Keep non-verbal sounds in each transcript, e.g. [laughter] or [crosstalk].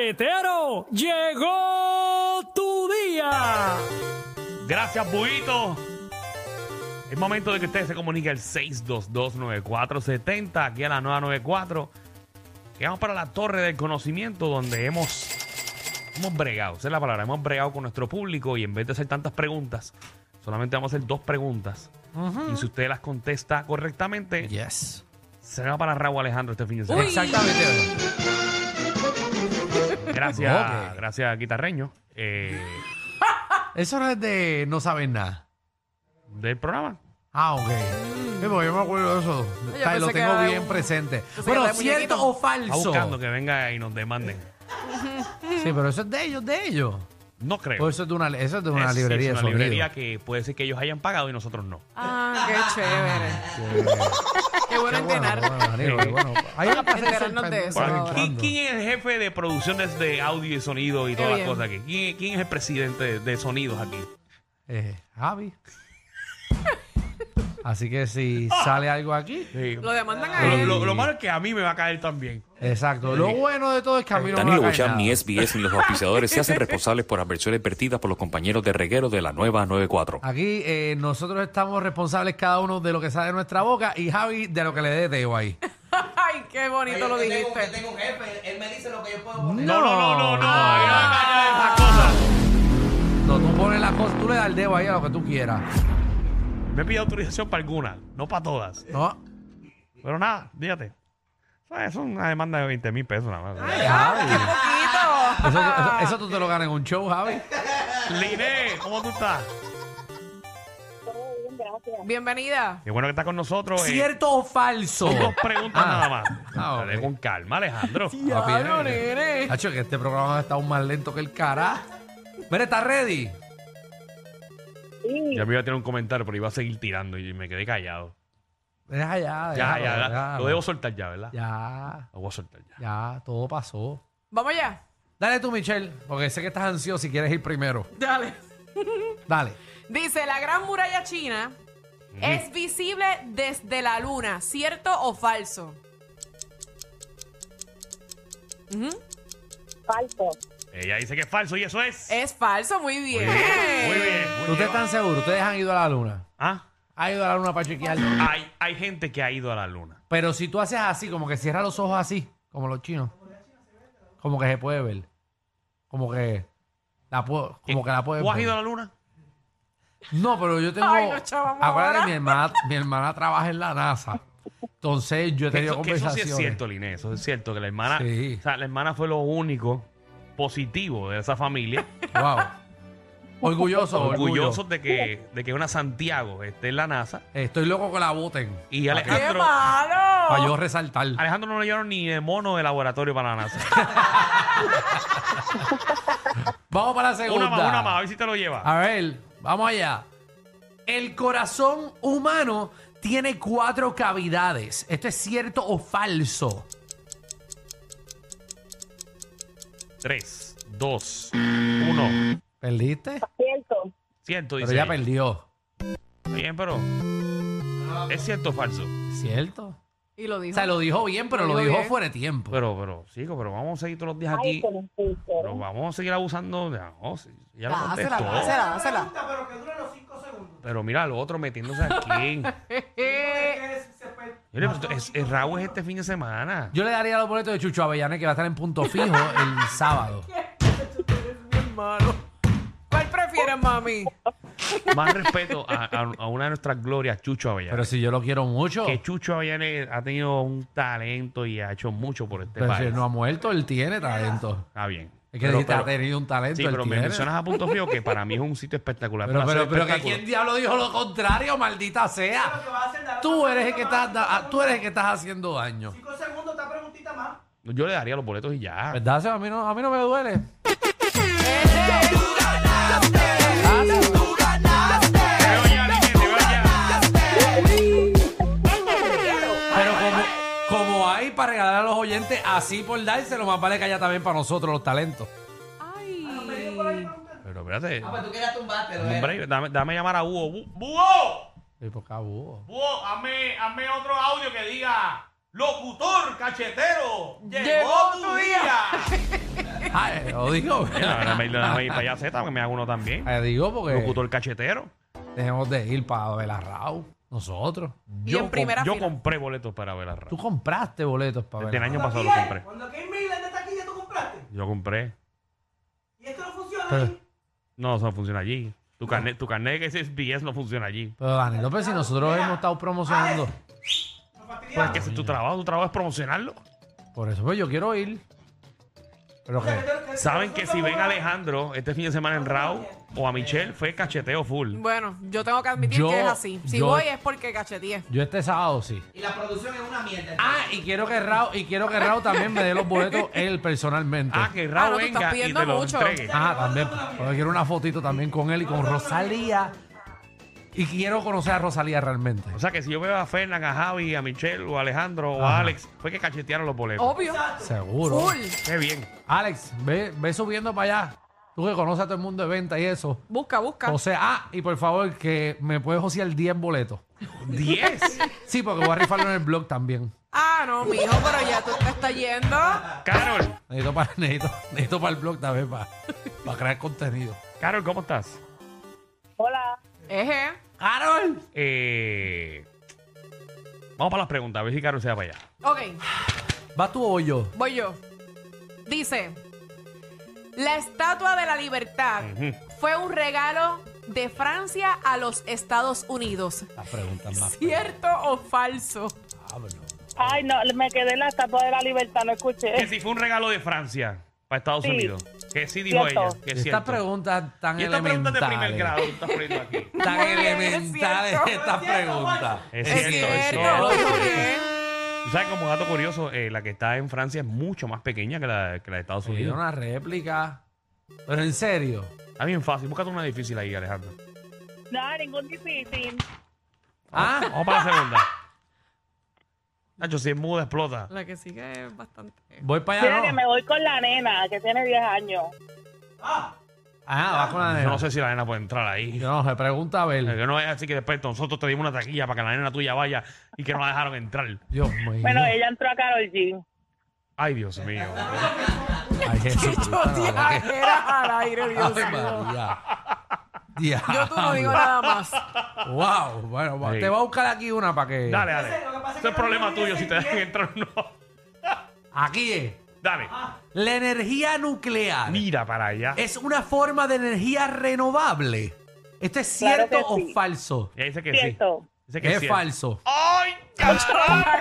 Cachetero, llegó tu día. Gracias, Buito. Es momento de que usted se comunique al 6229470, aquí a la 994. Que vamos para la torre del conocimiento donde hemos, hemos bregado, esa es la palabra, hemos bregado con nuestro público y en vez de hacer tantas preguntas, solamente vamos a hacer dos preguntas. Y si usted las contesta correctamente, Yes. se va para Raúl Alejandro este fin de semana. Exactamente. Gracias, Ok. gracias, Guitarreño, eh, Eso no es de no saber nada. del programa. Ah, ok. Sí, porque yo me acuerdo de eso. O sea, Mm. pensé lo que tengo era bien un- presente. que Bueno, era de cierto muñequito. o Está falso. buscando que venga y nos demanden. Sí, pero eso es de ellos, de ellos. No creo. O eso es de una, eso es de Es- una sí, librería es de una sonido. librería que puede ser que ellos hayan pagado y nosotros no. Ah, qué chévere. [laughs] Qué Qué bueno bueno, entrenar. bueno, Danilo, qué bueno. Hay una clase de Enterarnos de eso. sorprender. Bueno, ¿Qui- ¿Quién es el jefe de producciones de audio y sonido y Qué todas las bien. cosas aquí? ¿Quién, quién es el presidente de, de sonidos aquí? Eh, Javi. Así que si Ah. sale algo aquí, Lo demandan a Lo, él. lo- lo malo es que a mí me va a caer también. exacto. Eh. Lo bueno de todo es que a mí no me va a Danilo caer Bocham, nada. ni SBS, ni los auspiciadores se hacen responsables por adversiones vertidas por los compañeros de reguero de la nueva 94. Aquí eh, nosotros estamos responsables cada uno de lo que sale de nuestra boca y Javi de lo que le dé Teo ahí. Ay, qué bonito Yo lo tengo- Yo dijiste. tengo un jefe, él me dice lo que yo puedo poner. No, no, no, no, no. Ah. yo no me voy a caer en esas cosas. No, tú pones la cosa, tú le das el dedo ahí a lo que tú quieras. Me he pedido autorización para algunas, no para todas. No. Pero nada, fíjate. O sea, Es una demanda de 20 mil pesos nada más. Javi. Poquito. Eso, eso- eso tú te lo ganas en un show, Javi. Liné, ¿cómo tú estás? Bienvenida. Qué bueno que estás con nosotros. eh. ¿Cierto o falso? Son dos preguntas Ah. nada más. Ah, ok. Dale con calma, Alejandro. Papi, eh. Diablo, nene. Hacho, que este programa está aún más lento que el cara. Mira, ¿estás ready? Ya me iba a tirar un comentario, pero iba a seguir tirando y me quedé callado. Deja ya, Ya, déjalo, ya, ya. déjalo. Lo debo soltar ya, ¿verdad? Ah, Ya, Lo voy a soltar ya. ya, todo pasó. Vamos ya. Dale tú, Michelle, porque sé que estás ansioso y quieres ir primero. Dale. Dale. Dice, la gran muralla china es visible desde la luna, ¿cierto o falso? Ella dice que es falso y eso es. Es falso, muy bien. Muy bien. muy ¿Ustedes bien. están seguros? ¿Ustedes han ido a la luna? Ah, ¿Han ido a la luna para chequear? hay, hay gente que ha ido a la luna. Pero si tú haces así, como que cierras los ojos así, como los chinos, como que se puede ver. Como que la puedo, como que la puedes Eh, ¿Tú has ver. ido a la luna? No, pero yo tengo. Ay, no, chaval, vamos Acuérdate, ahora. mi hermana, mi hermana trabaja en la NASA. Entonces yo he Que tenido eso, que eso sí conversaciones. es cierto, Liné. Eso es cierto. Que la hermana, Sí. o sea, la hermana fue lo único positivo de esa [laughs] familia. Wow. Orgulloso, orgulloso. Orgullosos de que, de que una Santiago esté en la NASA. Estoy loco que la voten. Y ¡Qué Alejandro, Para malo! yo resaltar. Alejandro no lo llevaron ni de mono de laboratorio para la NASA. Vamos para la segunda. Una más, una más, a ver si te lo lleva. A ver, vamos allá. El corazón humano tiene cuatro cavidades. ¿Esto es cierto o falso? 3, 2, 1. ¿Perdiste? Cierto, Pero dice. ya ella. perdió. Bien, pero. ¿Es cierto o falso? ¿Cierto? Y lo O dijo. sea, lo dijo bien, pero lo, Lo dijo dijo bien. fuera de tiempo. Pero, pero, chico, pero vamos a seguir todos los días aquí. Pero vamos a seguir abusando. de- ah, No, sí, ya lo Dásela, contestó. dásela, dásela. [laughs] Pero que dura los 5 segundos. Pero mira al otro metiéndose [laughs] aquí. Eh, Mire, pues, es, es Raúl es este fin de semana. Yo le daría los boletos de Chucho Avellané, que va a estar en punto fijo [laughs] el sábado. ¿Cuál prefieres, mami? Más respeto a, a- a una de nuestras glorias, Chucho Pero Avellanes. si yo lo quiero mucho, Que Chucho Avellanes ha tenido un talento y ha hecho mucho por este pero si país. no ha muerto, él tiene talento. Está bien. Es que Pero- dijiste, ha pero- tenido un talento, Sí, él pero me tiene. mencionas a Punto Fijo, que para mí es un sitio espectacular. Pero, un pero, placer pero que espectacular. quien diablo dijo lo contrario, maldita sea. Tú eres el que estás, da- ah, tú eres el que estás haciendo daño. 5 segundos, esta preguntita más. Yo le daría los boletos y ya. ¿Verdad? Seba? A mí no, a mí no me duele. Te veo ya, Linet, te veo ya. Pero como, como hay para regalar a los oyentes, así por dárselo, más vale que haya también para nosotros los talentos. Ay. Pero espérate. Ah, pues tú que la tumbaste, dame un ¿eh? break, dame, dame llamar a Hugo. Bu- ¡Búho! Y por acá, búho. ¡Búho! Hazme, hazme otro audio que diga: Locutor, cachetero, Llegó tu día". Ah, eh, lo digo. Ahora me voy para allá Z, que me hago uno también. Eh, digo porque Locutor cachetero. tenemos de ir para ver a Raúl. Nosotros. Y Yo, en com- primera yo fila. compré boletos para ver a Raúl. Tú compraste boletos para Desde el ver. a Este año Raúl. pasado Cuando lo aquí compré. hay- Cuando King Miller de taquilla tú compraste. Yo compré. Y esto no funciona. Eh. Pero- ahí. No, eso no funciona allí. Tu carnet, tu carnet que es SBS no funciona allí. Pero Danilo, pero si nosotros hemos estado promocionando. Nos Porque fastidiamos. ese es tu trabajo, tu trabajo es promocionarlo. Por eso, pues yo quiero ir. Pero Que que. te- que- Saben que que nosotros si ven a somos- Alejandro este fin de semana en Raw o a Michelle, fue cacheteo full. Bueno, yo tengo que admitir Yo- que es así. Si yo- voy es porque cacheteé. Yo este sábado sí. Y la producción es una mierda. Ah, y quiero que Raúl, y quiero que Raúl también me dé los boletos [laughs] él personalmente. Ah, que Raw Ah, no, tú estás venga y te pidiendo lo mucho. entregue. Ajá, también. Porque quiero una fotito también con él y con Rosalía. Y quiero conocer a Rosalía realmente. O sea que si yo veo a Fernan, a Javi, a Michelle o a Alejandro o a Ajá. Alex, fue que cachetearon los boletos. Obvio. Seguro. Full. Qué bien. Alex, ve, ve subiendo para allá. Tú que conoces a todo el mundo de venta y eso. Busca, busca. O sea, ah, y por favor, que me puedes josear 10 boletos. 10. Sí, porque voy a rifarlo en el blog también. Ah, no, mijo, pero ya tú te estás yendo. Carol, Necesito para, necesito, necesito para el blog también, para, para crear contenido. Carol, ¿cómo estás? Eje. ¡Carol! Eh, vamos para las preguntas, a ver si Carol se va para allá. Ok, ¿Vas tú o voy yo? voy yo. Dice, la Estatua de la Libertad Ujú. fue un regalo de Francia a los Estados Unidos. Las preguntas más. ¿Cierto o falso? Pablo. Ay, no, me quedé en la estatua de la libertad, no escuché. [laughs] Que si fue un regalo de Francia para Estados Sí. Unidos. Que sí dijo Cierto. ella. Que es Estas cierto. preguntas tan Y esta pregunta elementales. es de primer grado que tú estás poniendo aquí. Tan Muy bien, es elementales cierto. estas preguntas. Es Es cierto, es cierto, cierto. muy bien. Tú sabes, como dato curioso, eh, la que está en Francia es mucho más pequeña que la, que la de Estados Sí, Unidos. una réplica. Pero en serio. Está bien fácil. Búscate una difícil ahí, Alejandro. No, ningún difícil. Ah, Vamos para la segunda. [laughs] Nacho, si es muda, explota. [laughs] La que sigue es [laughs] bastante... voy para Mira que allá. me ¿no? voy con la nena, que tiene 10 años. Ah, Ah, vas con la nena. Yo no sé si la nena puede entrar ahí. Yo no sé, pregunta a Eh, ver. Que no es así que después nosotros te dimos una taquilla para que la nena tuya vaya y que no la dejaron entrar. Dios mío. Bueno, ella entró a Carol G. Ay, Dios mío. Ay, Jesús. Choteadera al aire, Dios Ay, mío. María. Diablo. Yo tú no digo nada más. Wow. Bueno, va- Sí. te voy a buscar aquí una para que. Dale, dale. Yo sé, lo que pasa es Eso que es problema no tiene tuyo si te dejan entrar o no. Aquí es. Dale. La energía nuclear Mira para allá. Ah, es una forma de energía renovable. ¿Esto es Claro cierto que o sí. falso? Ella dice que Cierto. sí. Dice que Es cierto. falso. ¡Ay, La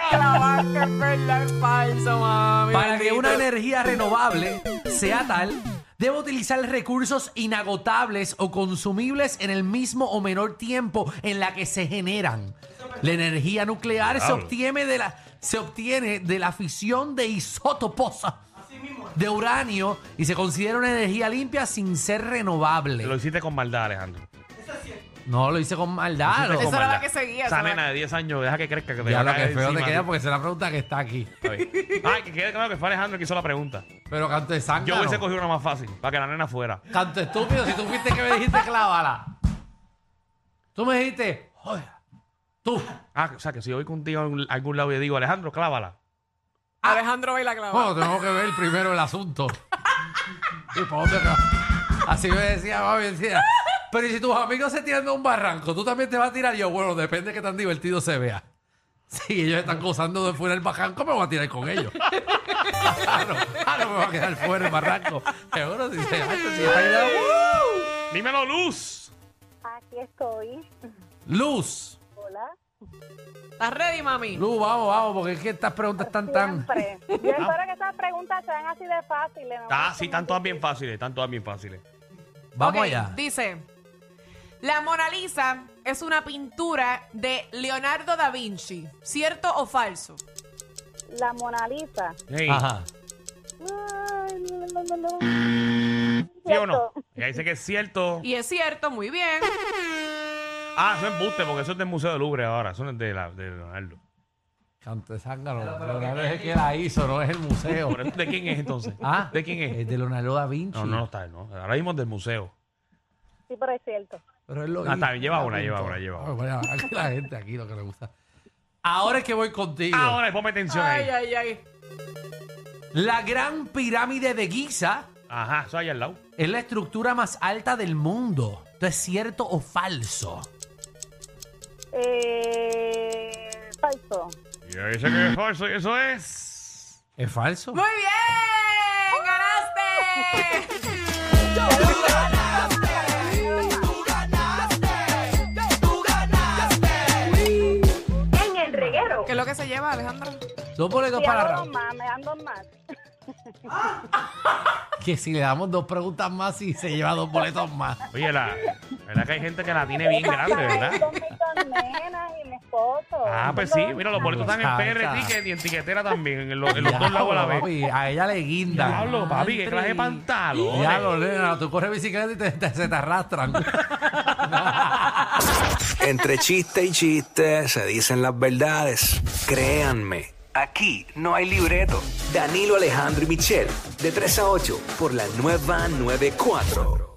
clavaste, es verdad, es falso, mami. Para que una bendito. energía renovable sea tal, debe utilizar recursos inagotables o consumibles en el mismo o menor tiempo en la que se generan. La energía nuclear se Diablo. obtiene de la se obtiene de la fisión de isótopos de uranio y se considera una energía limpia sin ser Lo renovable. hiciste con maldad, Alejandro. No lo hice con maldad. Lo hiciste lo- con Esa era la maldad. que seguía, Esa esa nena la- de 10 años, deja que crezca que te Ya va lo a que caer feo te encima. queda porque esa es la pregunta que está aquí. Está bien. Ay, que quede claro que fue Alejandro que hizo la pregunta. Pero canto de sangre. Yo hubiese cogido una más fácil, para que la nena fuera. Canto estúpido, si tú fuiste que me dijiste clavala. Tú me dijiste, joder, tú. Ah, o sea, que si yo voy contigo a algún- a algún lado y digo, Alejandro, clávala. Ah. Alejandro baila clava. Bueno, tenemos que ver primero el asunto. ¿Y para dónde va? Así me decía, mami, decía. Pero ¿y si tus amigos se tiran de un barranco, tú también te vas a tirar. Y yo, bueno, depende de qué tan divertido se vea. Si ellos están gozando de fuera del barranco, me voy a tirar con ellos. [laughs] ah, no, ah, no me voy a quedar fuera del barranco. Seguro, si se si baila, ¡uh! Dímelo, Luz. Aquí estoy. Luz, Hola. ¿Estás ready, mami? Luz, vamos, vamos, porque es que estas preguntas están tan. Siempre. Yo espero que esas preguntas sean así de fáciles. ¿no? Ah, sí, están todas bien fáciles, están todas bien fáciles. Vamos Ok, allá. Dice, la Mona Lisa es una pintura de Leonardo da Vinci, ¿cierto o falso? La Mona Lisa. Hey, Ajá. Ay, no, no, no, no. ¿Sí o no? Cierto. Ella dice que es cierto. Y es cierto, muy bien. Ah, eso es embuste, porque eso es del Museo del Louvre ahora. Eso no es de, la, de Leonardo. Canto de zángano. Leonardo es el que la hizo, no es [laughs] el museo. Pero, ¿De quién es entonces? [laughs] Ah, ¿De quién es? de Leonardo da Vinci. No, no, está, no. Ahora mismo es del museo. Sí, pero es cierto. Pero él lo Ah, hizo. está bien, lleva una, Punto. lleva una, lleva una. Ah, bueno, aquí la gente, aquí lo que le gusta. Ahora es que voy contigo. Ahora, ponme atención Ay, ahí. ay, ay. La gran pirámide de Giza Ajá, eso ahí al lado. Es la estructura más alta del mundo. ¿Esto es cierto o falso? Eh, falso. Y ahí dice que es falso y eso es. ¿Es falso? ¡Muy bien! ¡Ganaste! En el reguero. ¿Qué es lo que se lleva, Alejandro? Dos boletos Sí, para hago dos Raúl. más, me dan dos más. Que si le damos dos preguntas más y se lleva dos boletos más. Oye, la verdad que hay gente que la tiene bien grande, ¿verdad? [laughs] Con mis dos nenas y mi esposo. Ah, pues sí, mira, los boletos están en PR Exacto. Ticket y en Tiquetera también, en, los- en los dos lados a la vez. Papi, a ella le guindan. Pablo, papi, que clase de pantalón. Ya lo nena, tú corres bicicleta y te- te- se te arrastran. Entre chiste y chiste se dicen las verdades. Créanme, aquí no hay libreto. Danilo Alejandro y Michel, de 3 a 8, por la nueva 94.